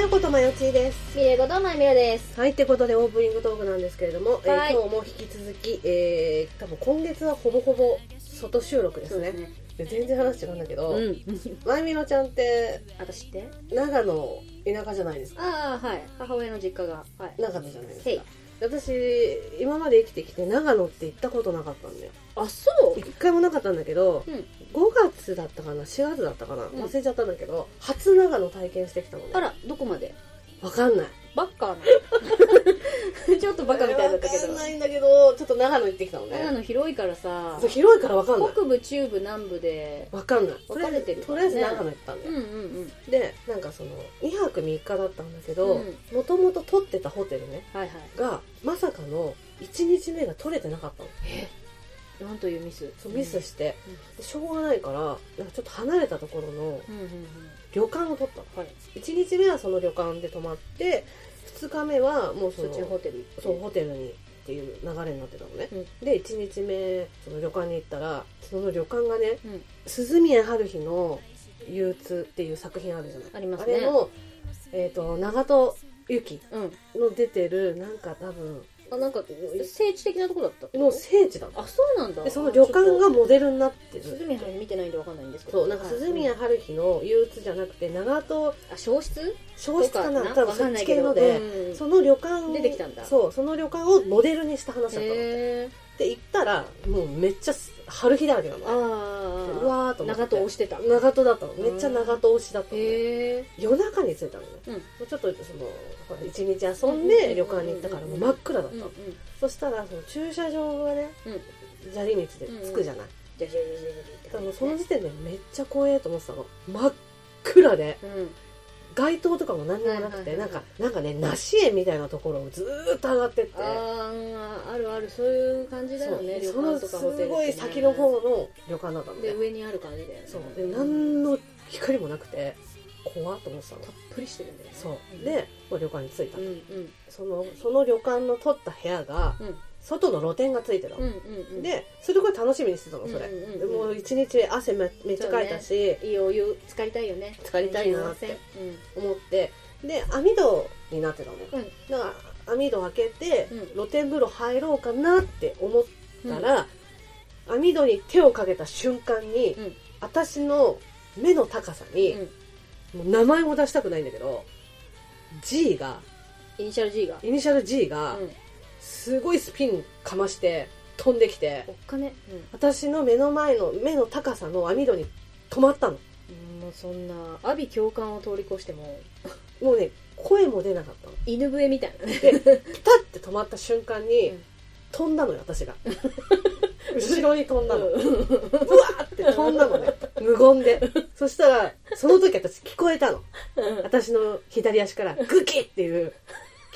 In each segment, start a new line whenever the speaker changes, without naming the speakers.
よことまよちーです
ミレゴとマイミラです。
はいってことでオープニングトークなんですけれども、えー
はい
今日も引き続き、えー、多分今月はほぼほぼ外収録ですね
ね。
で全然話違うんだけど、
うん。
まゆみろちゃんって
私って
長野田舎じゃないですか
ああ、はい。母親の実家が。はい。
長野じゃないです
へい
か。私今まで生きてきて長野って行ったことなかったんだよ
あ、そう
一回もなかったんだけど
うん。
5月だったかな4月だったかな忘れちゃったんだけど、初長野体験してきたのね
あら、どこまで
わかんない
バカな。 ちょっとバカみたいだったけ
わか
ど
んな。いんだけどちょっと長野行ってきたのね
長野広いからさ
そう、広いから分かんない
北部、中部、南部で。
分かんない
分かれてる
とりあえずとりあえず長野行ったんだ
う
よ、
んうん
でなんかその2泊3日だったんだけ
うん。う
ど
ん。
もともと取ってたホテルね
はいはい。
がまさかの1日目が取れてなかったの
なんというミス。
そうミスして、
うん
でしょうがないからなんかちょっと離れたところの
うん。うんうん
旅館を取ったの
うん。はい。
1日目はその旅館で泊まって2日目はもうそ
そっ
の
ちのホテル行って。
そうホテルにっていう流れになってたのね、
う
で1日目その旅館に行ったらその旅館がね
うん。
鈴宮春日の憂鬱っていう作品あるじゃない
ありますね
あれの、えー、と長門由紀
うん。
の出てるなんか多分
あ、なんか、政治的なとこだった
の聖地だ
あ、そうなんだ。
でその旅館が
あ
モデルになって
ちょっと
る
鈴宮さん見てないんでわかんないんですけど。
そうなんか
はい
鈴宮春日の憂鬱じゃなくて長門
あ消失
消失かな
と
多分
わか
そ
ん
っ
な
ち
いけ
系
ど
ので、
うん
その旅館
出てきたんだ
そうその旅館をモデルにした話だったので
へえ
行ったらもうめっちゃ春日だらけなの
ああ
うわーと思って
長門押してた
長門だったのめっちゃ長門推しだったのね
へえ
夜中に着いたのね、
うん
もうちょっとそのほら一日遊
うん
ん
うんうんう
で
ん
旅館に行ったからもう真っ暗だった
うん
の、
うん
そしたらその駐車場がね、砂利道で着くじゃない、
じゃじゃじゃじゃじ
だ
ゃ
からもうその時点でめっちゃ怖えと思ってたの真っ暗で
うん
街灯とかも何にもなくて、
はいはいはい
なんかなんかね梨園みたいなところをずーっと上がってって
あーあるあるそういう感じだよ
そ
ね旅
うその
館とかホテル
す
ってね
ごい先の方の旅館だったの
で
ね
上にある感じだよね
そうで何の光もなくて怖っと思ってたの
たっぷりしてるんだよね
そうでもう旅館に着いた
うんうん
そのその旅館の取った部屋が
うん
外の露店がついてたの、
うんうんうん
でそれすごい楽しみにしてたのそれ、
うんうん
で
うん
もう一日汗めめっちゃかいたし、
いいお湯浸かりたいよね
浸かりたいなって
温泉
思ってで網戸になってたのね
うん
だから網戸開けて、
うん
露天風呂入ろうかなって思っ
うん
たら、網戸に手をかけた瞬間に、
うん
私の目の高さに、
うん
もう名前も出したくないんだけど G が
イニシャル G が
イニシャル G が、
うん
すごいスピンかまして飛んできて
お金うん
私の目の前の目の高さの網戸に止まったの
もうそんな阿鼻教官を通り越しても
もうね声も出なかったの
犬笛みたいな ね
ピタッて止まった瞬間に、
うん
飛んだのよ私が 後ろに飛んだの、う
うん
わーって飛んだのね無言でそしたらその時私聞こえたの私の左足からグキッっていう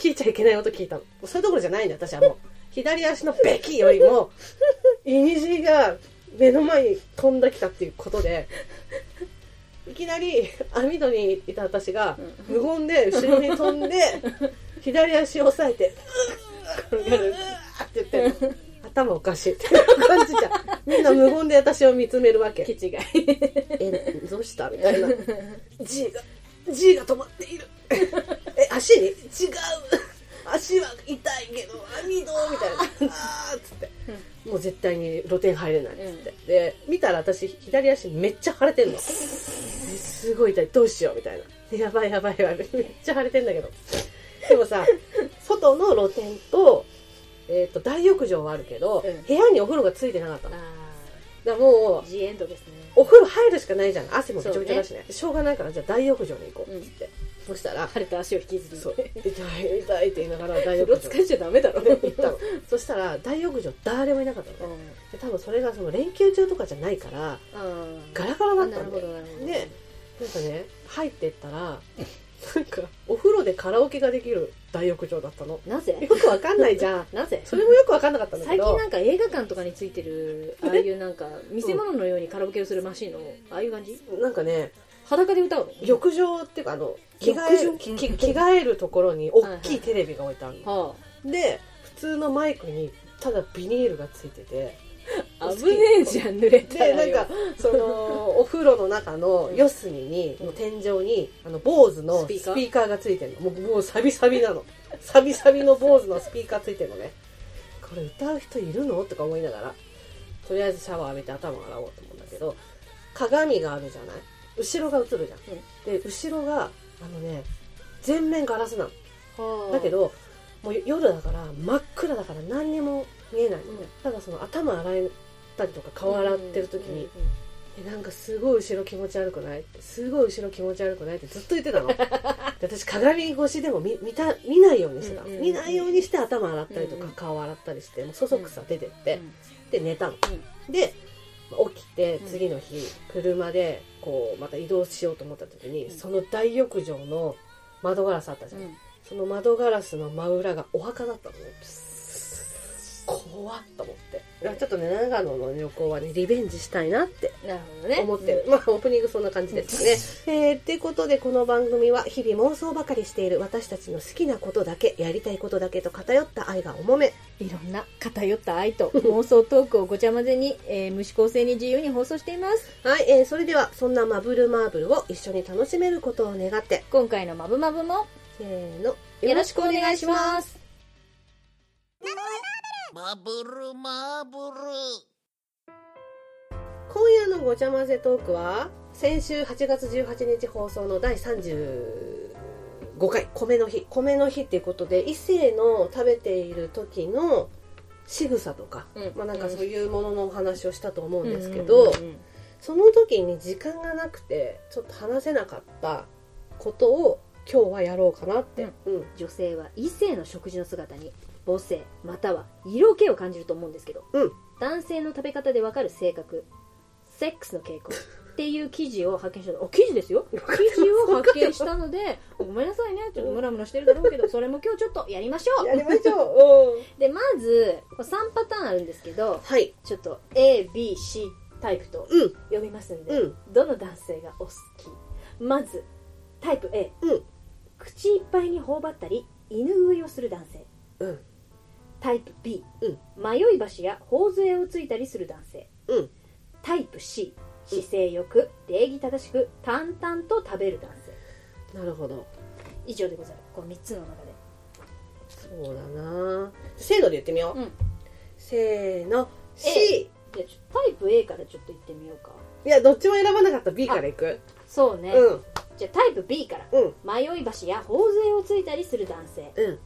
聞いちゃいけない音聞いたのそういうところじゃないんだよ私はもう左足のベキよりもイニジが目の前に飛んできたっていうことでいきなり網戸にいた私が無言で後ろに飛んで左足を押さえて「うーうーって言って頭おかしいって感じじゃんみんな無言で私を見つめるわけ
気違い
えどうしたみた いな G が G が止まってい るえ足に違う足は痛いけど網戸みたいなあーっつってもう絶対に露店入れないっつって、で見たら私左足めっちゃ腫れてんのえすごい痛いどうしようみたいなでやばいやばいやばいめっちゃ腫れてんだけどでもさ外の露店と,、えー、と大浴場はあるけど、
うん
部屋にお風呂がついてなかったのだか
あ
らもう
あジエンドですね
お風呂入るしかないじゃん汗もびちょびちょだしねしょうがないからじゃあ大浴場に行こうっつって、そしたら
晴れた足を引きずる
そう痛い痛いって言いながら大
そ
浴
れを
場
使っちゃダメだろ
行ったのそしたら大浴場誰もいなかったのねで多分それがその連休中とかじゃないから
あ
ガラガラだ
あ
っ
な
た
る
ん
ほ
で
どなるほど
でなんかね入ってったらなんかお風呂でカラオケができる大浴場だったの
なぜ
よくわかんないじゃん
なぜ
それもよくわかんなかったんだけ
最
ど
近なんか映画館とかについてるああいうなんか見せ物のようにカラオケをするマシンのああいう感じ
なんかね
裸で歌うの
浴場っていうかあの着替え
浴
着
場
着着替えるところに大きいテレビが置いてあるの、
は
で普通のマイクにただビニールがついてて
あ危ねえじゃん濡れたら
で
よ
なんかその お風呂の中の四隅に
うん
もう天井にあの坊主の
ス
ス
ピ
ピ
ーカ
ーカ
ー
ーがついてるのもうもうサビサビな のサビサビの坊主のスピーカーついてるのねこれ歌う人いるのとか思いながらとりあえずシャワー浴びて頭洗おうと思うんだけど鏡があるじゃない後ろが映るじゃん、で後ろがあのね全面ガラスなの
はあ
だけどもう夜だから真っ暗だから何にも見えないのね、ただその頭洗ったりとか顔洗ってる時に、
うんうん
えなんかすごい後ろ気持ち悪くないってすごい後ろ気持ち悪くないってずっと言って たので私鏡越しでも見見た見ないようにしてた、
うんうんうん
見ないようにして頭洗ったりとか、
うんうん
顔洗ったりしてもうそそくさ出てって、
うん
で寝たの、でまあ起きて次の日、車でこうまた移動しようと思った時に、
うん
その大浴場の窓ガラスあったじゃん、
うん
その窓ガラスの真裏がお墓だったのね怖っと思ってだからちょっとね長野の旅行はねリベンジしたいなって
なるほどね
思ってる、まあオープニングそんな感じですかね。えー、ってことでこの番組は日々妄想ばかりしている私たちの好きなことだけやりたいことだけと偏った愛が重め
いろんな偏った愛と妄想トークをごちゃ混ぜに、えー無視構性に自由に放送しています
はい、えー、それではそんなマブルマーブルを一緒に楽しめることを願って
今回の「まぶまぶ」も
せーの
よろしくお願いします
マブルマブル。
今夜のごちゃ混ぜトークは先週8月18日放送の第35回米の日米の日っていうことで異性の食べている時の仕草とか、
うん
まあなんかそういうもののお話をしたと思うんですけ
う
ど
んうんうんうん
その時に時間がなくてちょっと話せなかったことを今日はやろうかなって、うん
女性は異性の食事の姿に母性または色気を感じると思うんですけど、
うん
男性の食べ方でわかる性格セックスの傾向っていう記事を発見したのお記事ですよ記事を発見したのでごめんなさいねちょっとムラムラしてるだろうけどそれも今日ちょっとやりましょ
やりましょう、うん
うでまずこれ3パターンあるんですけど
はい
ちょっと ABC タイプと
うん
呼びますんで、
うん
どの男性がお好きまずタイプ A、
うん
口いっぱいに頬張ったり犬食いをする男性
うん
タイプ B、
うん
迷い橋や頬杖をついたりする男性
うん
タイプ C 姿勢よく礼儀正しく淡々と食べる男性
なるほど
以上でございますこの3つの中で
そうだなせーので言ってみよう、
うん
せーの C、
じゃあちょっとタイプ A からちょっと言ってみようか
いやどっちも選ばなかった B からいく
そうね、
うん
じゃあタイプ B から
うん
迷い橋や頬杖をついたりする男性
うん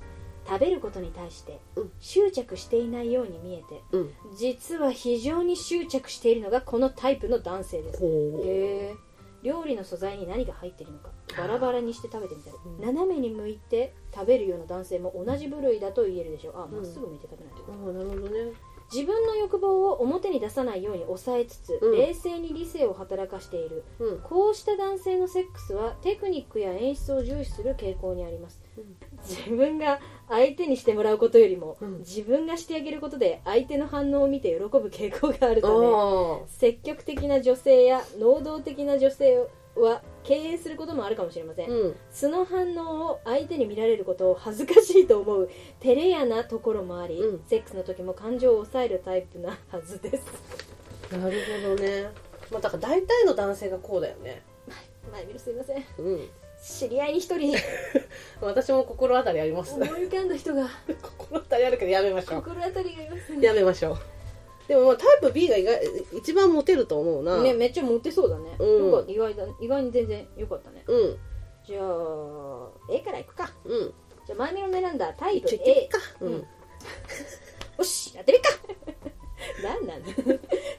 食べることに対して
うん
執着していないように見えて
うん
実は非常に執着しているのがこのタイプの男性です
こ
へえ料理の素材に何が入ってるのかバラバラにして食べてみたり
うん
斜めに向いて食べるような男性も同じ部類だと言えるでしょうあ
ん
まっすぐ向いて食べないという
う
こ
ああなるほどね
と自分の欲望を表に出さないように抑えつつ、
うん
冷静に理性を働かしている
うん
こうした男性のセックスはテクニックや演出を重視する傾向にあります
うん
自分が相手にしてもらうことよりも、
うん
自分がしてあげることで相手の反応を見て喜ぶ傾向があるため
あ
積極的な女性や能動的な女性は敬遠することもあるかもしれません、
あうん
素の反応を相手に見られることを恥ずかしいと思う照れ屋なところもあり、
うん
セックスの時も感情を抑えるタイプなはずです
なるほどねまあだから大体の男性がこうだよね
まゆみるすいません
うん
知り合いに一人
私も心当たりあります
思い浮かんだ人が
心当たりあるけどやめましょう
心当たりがいます
やめましょうでもまあタイプ B が意外一番モテると思うな
ね、めっちゃモテそうだね、
うん
なんか意外だ意外に全然良かったね
うん
じゃあ A からいくか
うん
じゃあ前見の選んだタイプ
ちょ
A
かう
うん
ん
よしやってみっか なんなんだ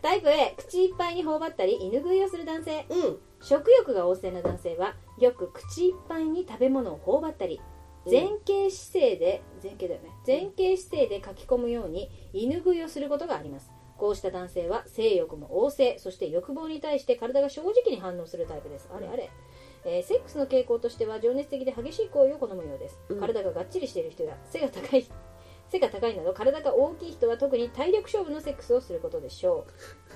タイプ A 口いっぱいに頬張ったり犬食いをする男性
うん
食欲が旺盛な男性はよく口いっぱいに食べ物を頬張ったり
うん
前傾姿勢で前傾だよね前傾姿勢で書き込むように犬食いをすることがありますこうした男性は性欲も旺盛そして欲望に対して体が正直に反応するタイプですあれあれ、えーセックスの傾向としては情熱的で激しい行為を好むようです
うん
体ががっちりしている人や背が高い背が高いなど体が大きい人は特に体力勝負のセックスをすることでしょ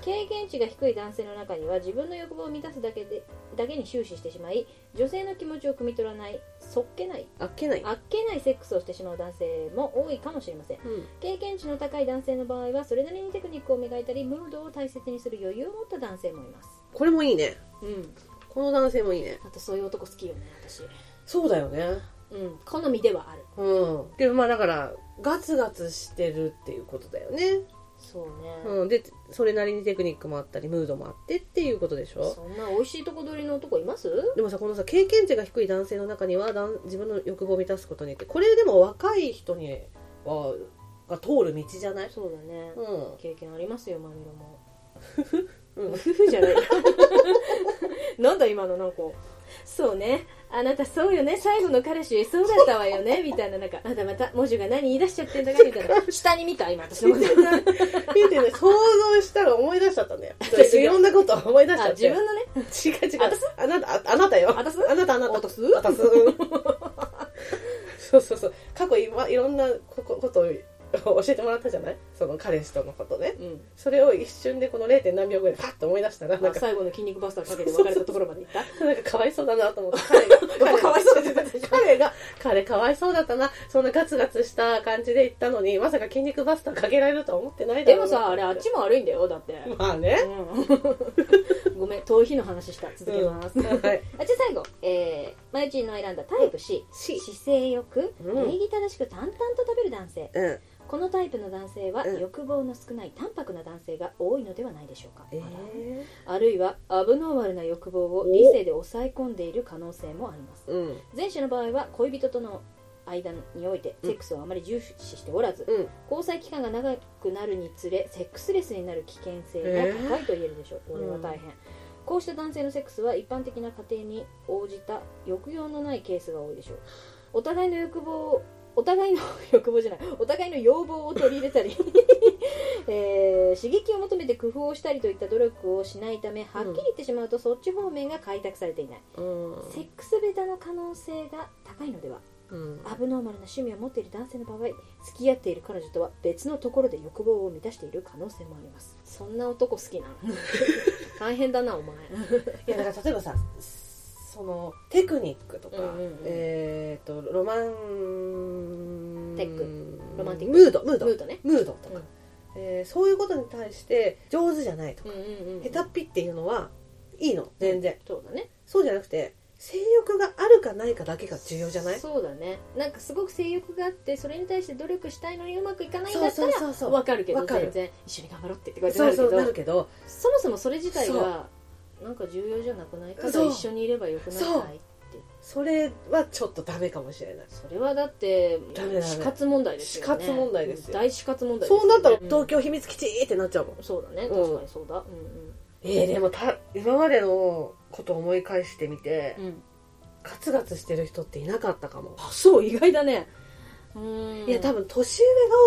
う経験値が低い男性の中には自分の欲望を満たすだけでだけに終始してしまい女性の気持ちを汲み取らないそっけない
あっけない
あっけないセックスをしてしまう男性も多いかもしれません
うん
経験値の高い男性の場合はそれなりにテクニックを磨いたりムードを大切にする余裕を持った男性もいます
これもいいね
うん
この男性もいいね
あとそういう男好きよね私
そうだよね
うん好みではある
うんでもまあだからガツガツしてるっていうことだよね、
そうね、
うん、でそれなりにテクニックもあったりムードもあってっていうことでしょ
そんな美味しいとこ取りの男います
でもさこのさ経験値が低い男性の中にはだん自分の欲望を満たすことによってこれでも若い人にはが通る道じゃない
そうだね、
うん
経験ありますよまみろ も
うん
夫婦じゃない なんだ今のなんかそうねあなたそうよね最後の彼氏そうだったわよねみたいななんかあなたまた文字が何言い出しちゃってん だかみたいな下に見た今私のこと
見てね想像したら思い出しちゃったん だよいろんなこと思い出しちゃっ
あ
て
自分のね
違う違う。
あたす
あなた、ああなたよ。
あたす
あなた、あなた。
あたす
あたすうん そうそうそう。過去今、いろんなここことを教えてもらったじゃないその彼氏とのことね。
うん
それを一瞬でこの 0. 何秒ぐらいでパッと思い出したら、なん
あ
か、
最後の筋肉バスターかけて別れたところまで行った
なんかかわいそうだなと思 って、彼が、彼が
かわいそうだったんでしょ
彼が、彼かわいそうだったな。そんなガツガツした感じで言ったのに、まさか筋肉バスターかけられるとは思ってないだ
で
ろ
も
うな
さあれあっ。ちも悪いんだよだって、
まあ ね。
うん ごめん頭皮の話した続けます、
うんはい
あじゃあ最後、えー、マユチンの選んだタイプ C、
C
姿勢よく
うん
礼儀正しく淡々と食べる男性、
うん。
このタイプの男性は
うん
欲望の少ない淡白な男性が多いのではないでしょうか、
えー
あるいはアブノーマルな欲望を理性で抑え込んでいる可能性もあります
うん。
前者の場合は恋人との間において
うん
セックスをあまり重視しておらず、
うん。
交際期間が長くなるにつれセックスレスになる危険性
え
が
ー
高いと言えるでしょう、これは大変、こうした男性のセックスは一般的な家庭に応じた抑揚のないケースが多いでしょうお互いの欲望をお互いの欲望じゃないお互いの要望を取り入れたり、 えー刺激を求めて工夫をしたりといった努力をしないためはっきり言ってしまうと、そっち方面が開拓されていない、
うん
セックスベタの可能性が高いのでは
うん
アブノーマルな趣味を持っている男性の場合付き合っている彼女とは別のところで欲望を満たしている可能性もありますそんな男好 きなの大変だなお前
いやだから例えばさそのテクニックとか、
うんうんうん
えっ、とロマン
テクロマンティック
ムードムード
ムードね
ムードとか、
うん
えーそういうことに対して上手じゃないとか、
んうん
下手っぴっていうのはいいの全然、
そうだね
そうじゃなくて性欲があるかないかだけが重要じゃない
そうだねなんかすごく性欲があってそれに対して努力したいのにうまくいかないんだ
そう
った
そう
ら
そうそう
わかるけど
わかる
全然一緒に頑張ろうってって感じに
そうそ
なるけ
う
ど
なるけど
そもそもそれ自体がなんか重要じゃなくないただ
そう
一緒にいればよくない
そう
かい
それはちょっとダメかもしれない
それはだって
ダメダメ
死活問題ですよね
死活問題ですよ
大死活問題ですよ
そう
ね
なったら
ん
東京秘密基地ってなっちゃうもん、
そうだね
うん
確かにそうだう
えー、でもた今までのことを思い返してみて、
んうん、うん、
ガツガツしてる人っていなかったかも、
あそう意外だねうん
いや多分年上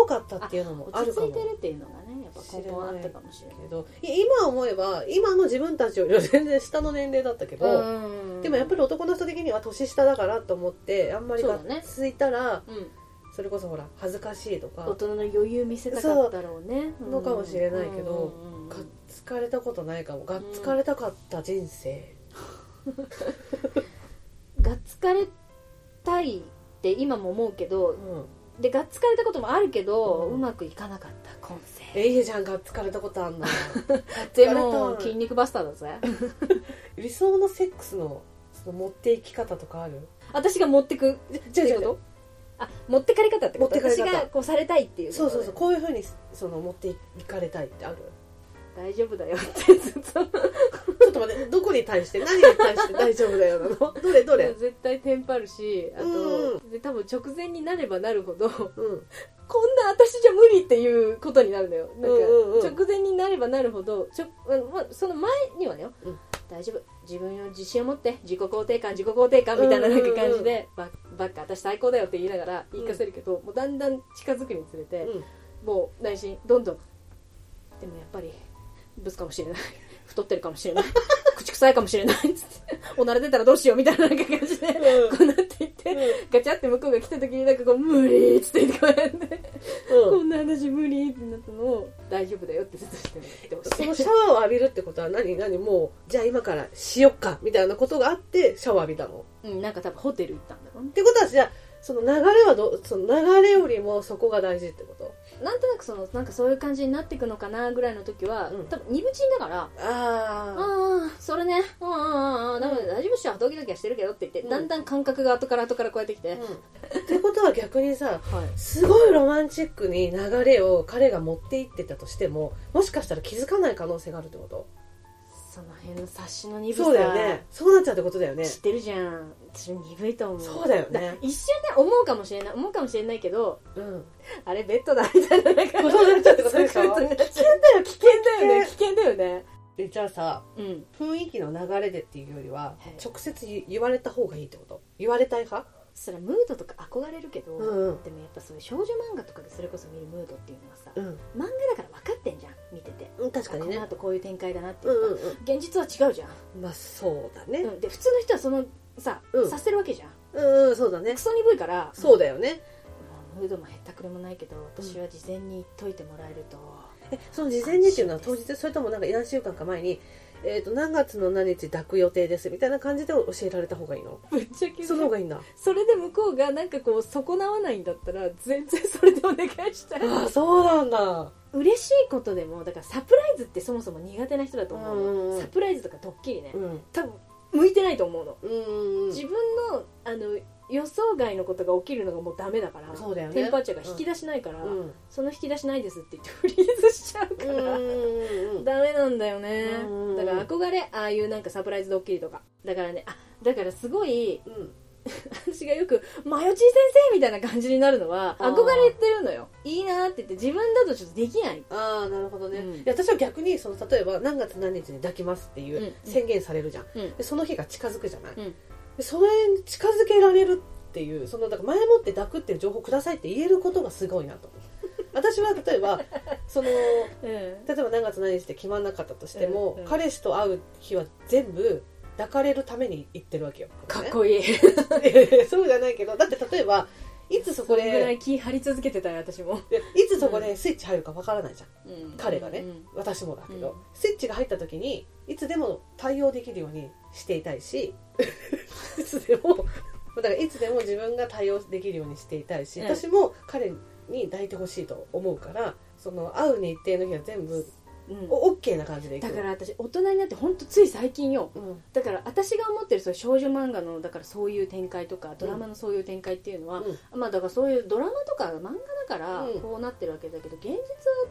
が多かったっていうのもあ
落
る
ち
かも
着いてるっていうのがねやっぱ根本あったかもしれない
けどいや今思えば今の自分たちよりは全然下の年齢だったけど、
うん
でもやっぱり男の人的には年下だからと思ってあんまり
そう
が
だね
ついたらそ,、
うん、
れこそほら恥ずかしいとか
大人の余裕見せたかったろうね
そうのかもしれないけど
うんうんうん
がっつかれたことないかもがっつかれたかった人生、
がっつかれたいって今も思うけど
うん
でがっつかれたこともあるけど、う
うん
まくいかなかった今世
えいいじゃんがっつかれたことあ んの
で
れた
も筋肉バスターだぜ
理想のセックスのその持っていき方とかある
私が持ってく
じゃあ
って
じゃあじ
こ
ゃあ
とあ持ってかれ方ってこと
持ってかれ方
私がこうされたいっていう
そうそうそううこういうふうにその持っていかれたいってある
大丈夫だよってずっと
ちょっと待って、どこに対して、何に対して大丈夫だよなのどれどれ
絶対テンパるしあと、
うん
で多分直前になればなるほどこん
うん。
な私じゃ無理っていうことになるのよなんか、
うんうんうん
直前になればなるほどちょ、あのまあ、その前にはね、
うん
大丈夫自分の自信を持って自己肯定感自己肯定感みたいな
うん
な
うんんう
か
ん
感じで、ばばっか私最高だよって言いながら言いかせるけど、もうだんだん近づくにつれて、もう内心どんどんでもやっぱりブスかもしれない太ってるかもしれない 口臭いかもしれないつっておなら出たらどうしようみたいななんか感じでこうなっていってガチャって向こうが来た時になんかこう「無理」っつってこうやって
う
こ
ん
んな話無理ってなったのを大丈夫だよってずっとしてもらってほし
そ
い
のシャワーを浴びるってことは何何もうじゃあ今からしよっかみたいなことがあってシャワー浴びたの
うん、なんか多分ホテル行ったんだろうね
ってことはじゃあその流れはどその流れよりもそこが大事ってこと
なんとなくそのなんかそういう感じになっていくのかなぐらいの時は、
うん
多分二部チンだから「あ
あ
あーそれねうんうんうんうんだから大丈夫っしょドキドキはしてるけど」って言って、
うん
だんだん感覚が後から後からこうやってき
あ、
て、
うん、ってことは逆にさ
はい
すごいロマンチックに流れを彼が持っていってたとしてももしかしたら気づかない可能性があるってこと
その辺の冊子の鈍さ
そうだよねそうなっちゃうってことだよね
知ってるじゃん私鈍いと思う
そうだよね
から一瞬ね思うかもしれない思うかもしれないけど
うん
あれベッドだみたいななんか
そうなっちゃうってことでしょ
そういうことになっちゃう危険だよね
危
危険だよね
でじゃあさ
うん
雰囲気の流れでっていうよりは、
はい
直接言言われた方がいいってこと言われたい派
それムードとか憧れるけど、
うんうん
でもやっぱそういう少女漫画とかでそれこそ見るムードっていうのはさ、
うん
漫画だから分かってんじゃん見てて
うん確かに
こ
ね
の後こういう展開だなって
う
い
ん
うか、
うんう
現実は違うじゃん、
んまあそうだね
うん、で普通の人はそのさ、
うん
させるわけじゃん
うんうんそうだね
クソ鈍いから
そうだよね
まあムードもへったくれもないけど私は事前に言っといてもらえると、
えその事前にっていうのは当日それともなんか何週間か前に、えー、と何月の何日抱く予定ですみたいな感じで教えられた方がいいの
ぶっちゃけね
その方がいいんだ
それで向こうがなんかこう損なわないんだったら全然それでお願い したい
ああそうなんだ
嬉しいことでもだからサプライズってそもそも苦手な人だと思うの、
うんうんうん
サプライズとかドッキリね、
うん
多分向いてないと思うの、
うん
自分のあの予想外のことが起きるのがもうダメだから
そうだよね
テンパっちゃうから引き出しないから、
うん
その引き出しないですって言ってフリーズしちゃう
う
か
んう
ら、
んうん
ダメなんだよね、
うん
だから憧れああいうなんかサプライズドッキリとかだからねあだからすごい
うん
私がよく「マヨチー先生」みたいな感じになるのは
あー
憧れてるのよいいなーって言って自分だとちょっとできない
ああなるほどね、
うん
いや私は逆にその例えば何月何日に抱きますっていう
うん
宣言されるじゃん、
うん
でその日が近づくじゃない、
うん
でそれに近づけられるっていうそのだから前もって抱くっていう情報くださいって言えることがすごい なと思う私は例えばその
うん
例えば何月何日って決まんなかったとしても、
うんうん
彼氏と会う日は全部抱かれるために行ってるわけよ
かっこいい
ね そうじゃないけどだって例えばいつそこ
んぐら
で
い気張り続けてたよ私も、
でいつそこでスイッチ入るかわからないじゃん、彼がね、
うん
私もだけど、
うん
スイッチが入った時にいつでも対応できるようにしていたいし いつでもだからいつでも自分が対応できるようにしていたいし、
うん
私も彼に抱いてほしいと思うからその会う日程の日は全部
うん
オッケーな感じでいく
だから私大人になってほんとつい最近よ
うん
だから私が思ってるそういう少女漫画のだからそういう展開とかドラマのそういう展開っていうのは、
うん
まあだからそういうドラマとか漫画だから
うん
こうなってるわけだけど、現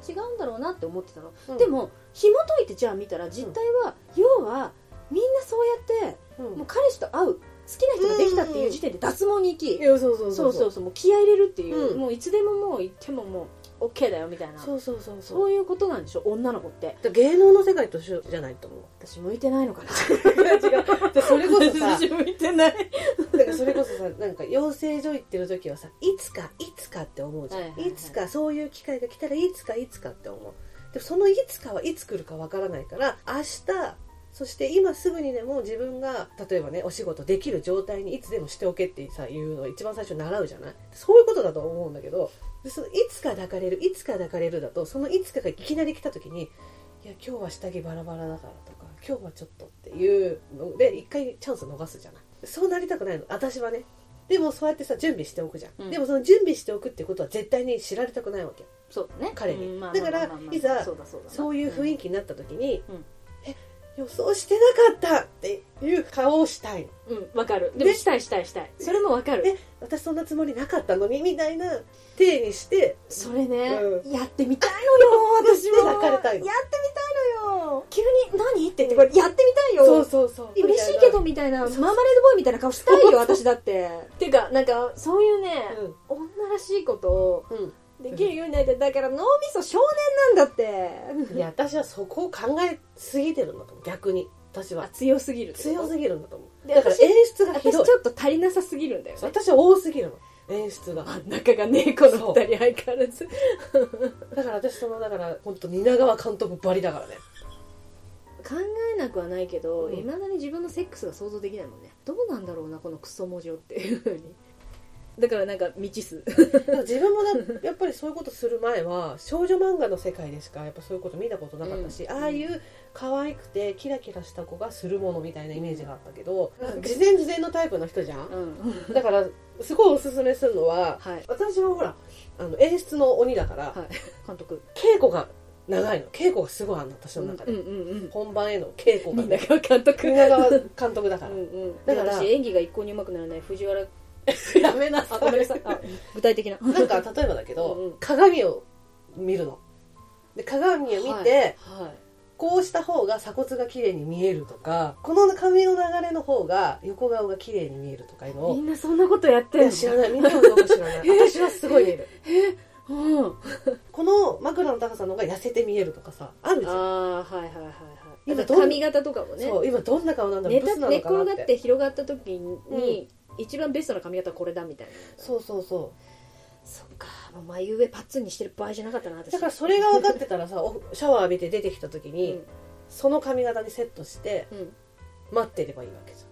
実は違うんだろうなって思ってたの、
うん
でも紐解いてじゃあ見たら実態は、要はみんなそうやって
うん
もう彼氏と会う好きな人ができたっていう時点で脱毛に行き、
いやそうそう
そ
そうう
そう
そう
そうもう気合い入れるっていう、
うん
もういつでももう行ってももう OK だよみたいな
そうそうそうそう
そういうことなんでしょ女の子って
だから芸能の世界と一緒じゃないと思う
私向いてない のかな
違うでそれこそさ
私向いてない
だからそれこそさなんか養成所行ってる時はさいつかいつかって思うじゃん、
はい
い
はいはい
つかそういう機会が来たらいつかいつかって思うでもそのいつかはいつ来るかわからないから明日そして今すぐにでも自分が例えばねお仕事できる状態にいつでもしておけってさ言うのを一番最初習うじゃないそういうことだと思うんだけどでそのいつか抱かれるいつか抱かれるだとそのいつかがいきなり来た時にいや今日は下着バラバラだからとか今日はちょっとっていうので一回チャンス逃すじゃないそうなりたくないの私はねでもそうやってさ準備しておくじゃん、
うん
でもその準備しておくってことは絶対に知られたくないわけよ
そうだね
彼に
うんまあ
だから
まあまあまあ
いざ
そうだそうだな
そういう雰囲気になった時に、
うん
え予想してなかったっていう顔をしたいの
うんうんわかるでも
ね
したいしたいしたいそれもわかる
え私そんなつもりなかったのにみたいな体にして
それね、
う
やってみたい のよ私も
抱かれたいの
やってみたいのよ急に「何?」って言ってこれやってみたいよ
そうそうそう
嬉しいけどみたいなマーマレードボーイみたいな顔したいよ私だってっていうかなんかそういうね、女らしいことを
うん、うん
できるようになりたいだから脳みそ少年なんだって
いや私はそこを考えすぎてるんだと思う逆に私
あ
は
強すぎる
強すぎるんだと思う
で
だから
私
演出がひ
私
どい
ちょっと足りなさすぎるんだよね
私は多すぎるの演出が
真ん中がねこの二人相変わらず
だから私そのだから本当蜷川監督ばりだからね
考えなくはないけど
うん
いま、未だに自分のセックスが想像できないもんねどうなんだろうなこのクソ文字をっていうふうにだからなんか未知数
でも自分もだやっぱりそういうことする前は少女漫画の世界でしかやっぱそういうこと見たことなかったし、
うん
ああいう可愛くてキラキラした子がするものみたいなイメージがあったけど、事前事前のタイプの人じゃん、
うん
だからすごいおすすめするのは、
はい
私はほらあの演出の鬼だから、
はい監督
稽古が長いの稽古がすごいあるの私の中で、
うんうんうん
本番への稽古
み
が
んな
ね
が監督
蜷川監督だか
う
ら、
んうん
だから
私演技が一向にうまくならない藤原
やめな
あごめんなさいあ具体的な
なん か例えばだけど
うんうん
鏡を見るので鏡を見て、
はいはい
こうした方が鎖骨が綺麗に見えるとかこの髪の流れの方が横顔が綺麗に見えるとかいうの
み
を
んなそんなことやっ
い
てん
や
の
知らないみんなはどうか知ら ない私はすごい見える
うん、あ
この枕の高さの方が痩せて見えるとかさあるじゃん
あーはいはいはいはい
今
なんか
どん
髪型とかもね
そう今どんな顔なんだろ
寝
うブ
た
スな
寝
のか
転
な
が
っ
ってて広がった時に、一番ベストな髪型はこれだみたいな
そうそうそ
そっかもう眉上パッツンにしてる場合じゃなかったな
う
私
だからそれが分かってたらさおシャワー浴びて出てきた時に、その髪型にセットして
うん、うん、
待ってればいいわけじ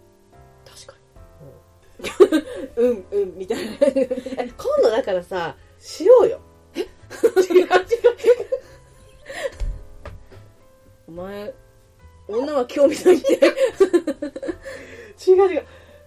確かに、うん、うんみたいな
ゃん え今度だからさしようよ
違う違うお前女は興味ないって
違う違う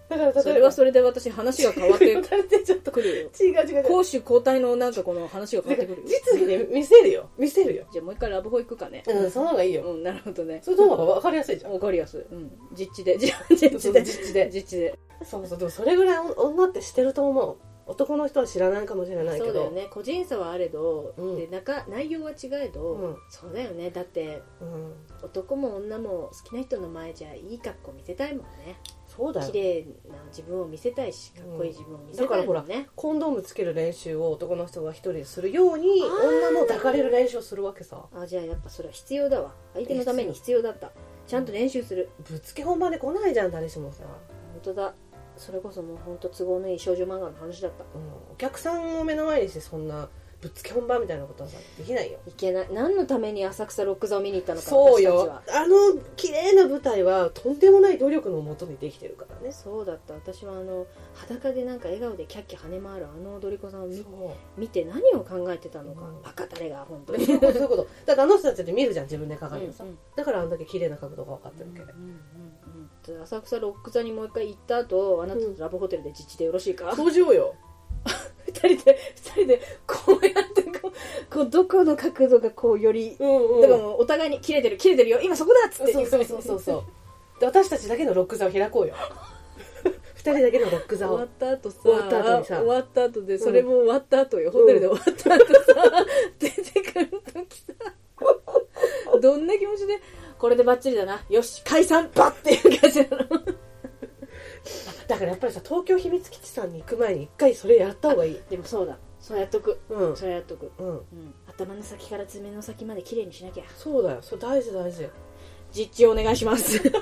だから例えば
それはそれで私話が変 わ って
てちょっと
くるよ
違う違う違う
攻守交代のなんかこの話が変わってくるよ
実技で見せるよ見せるよ
じゃあもう一回ラブホ行くかね
うんその方がいいよ
うんなるほどね
それの方が分かりやすいじゃん
わかりやすい、うん、実地でじ実地で
実地で
実地で
そうそうでもそれぐらい女ってしてると思う男の人は知らないかもしれないけ
そうだよ
ど
ね個人差はあれど、
うん
で中内容は違えど、
うん
そうだよねだって
うん
男も女も好きな人の前じゃいい格好見せたいもんね
そうだ
綺
よ
麗な自分を見せたいしかっこいい自分を見せ
だか
た
ら
い
ほ
も
ら
んね、
コンドームつける練習を男の人が一人でするように
あー
女も抱かれる練習をするわけさ
あじゃあやっぱそれは必要だわ相手のために必要だったちゃんと練習する
ぶっつけ本番で来ないじゃん誰しもさ、
本当だそれこそもう本当都合のいい少女漫画の話だった
うん、お客さんを目の前にしてそんなぶっつけ本番みたいなことはさできないよ
いけない何のために浅草ロック座を見に行ったのか
そう
私たち
よ
は
あの綺麗な舞台はとんでもない努力のもとにできてるからね
そうだった私はあの裸でなんか笑顔でキャッキャ跳ね回るあの踊り子さんを見
そう
見て何を考えてたのか、
うん
バカ誰が本当
そう
に、
いうことそういうことだからあの人たちって見るじゃん自分で
うん
鏡をさ、
うん
だからあんだけ綺麗な角度が分かってるわけで、
うんうん浅草ロック座にもう一回行った後あなたとラブホテルで自治でよろしいか、
そうしようよ
二人で二人でこうやってこうこうどこの角度がこうより、
うんうん
だからもうお互いに切れてる切れてるよ今そこだっつって
そうそうそうそうそうで私たちだけのロック座を開こ うよ二人だけのロック
終
座
わ
を
った後さ
終わった後にさ
終わった後で
ん
それも終わった後よ、ホテルで終わった後さ 出てくる時 さどんな気持ちでこれでバッチリだなよし解散バッっていう感じなの
だからやっぱりさ東京秘密基地さんに行く前に一回それやった方がいい
でもそうだそうやっとく
うん
それやっとく、
うん
うん、頭の先から爪の先まで綺麗にしなきゃ
そうだよそれ大事大事
実地をお願いします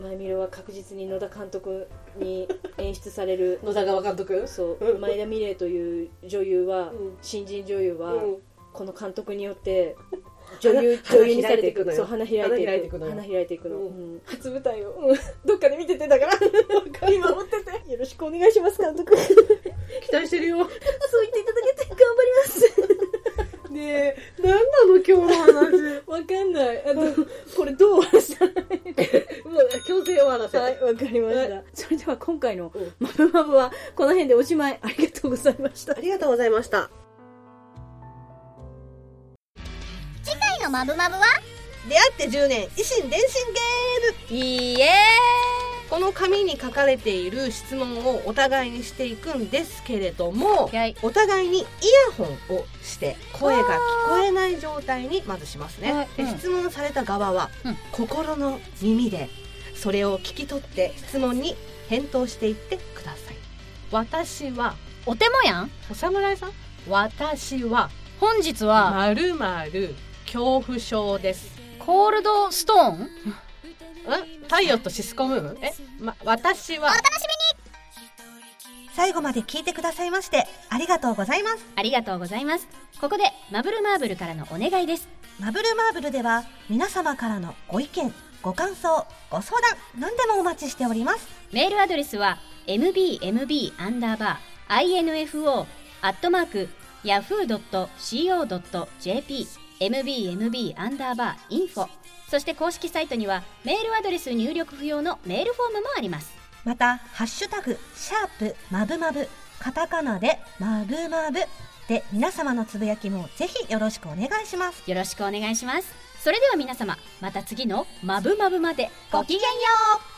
前見るは確実に野田監督に演出される
野田川監督
そう前田美玲という女優は、
うん
新人女優は、
うん
この監督によ って女優
花
女優にされていく
花開いていくのよ
そう花開いていく
花開いていくのよ
花開いていくの、
うん
うん初舞台を、うんどっかで見ててだから今持っててよろしくお願いします監督そう
期待してるよ
言っていただけて頑張り
ねえ何なの今日 の話
ますわかんないあのこれどう終わらせたらいい
もう強制終わらせ、
はい、わかりました。
は
それでは今回の
うん
マブマブはこの辺でおしまい。ありがとうございました
あ。りがとうございました
次回のマブマブは
出会って10年維新伝心ゲーム
いいえ
この紙に書かれている質問をお互いにしていくんですけれども
はい
お互いにイヤホンをして声が聞こえない状態にまずします
はい
ね、で
うん
質問された側は、
うん
心の耳でそれを聞き取って質問に返答していってください私は
お手もやん
お侍さん私は
本日は
まるまる恐怖症です
コールドストーン
ん太陽とシスコムーンえ、ま、私は
最後まで聞いてくださいましてありがとうございます
ありがとうございます。ここでマブルマーブルからのお願いです。
マブルマーブルでは皆様からのご意見ご感想、ご相談、何でもお待ちしております。
メールアドレスは mbmb アンダーバー info アットマーク yahoo.co.jp mbmb アンダーバー info そして公式サイトにはメールアドレス入力不要のメールフォームもあります
また、ハッシュタグ、シャープ、まぶまぶ、カタカナで、まぶまぶで、皆様のつぶやきもぜひよろしくお願いします。
よろしくお願いしますそれでは皆様また次の「まぶまぶ」までごきげんよう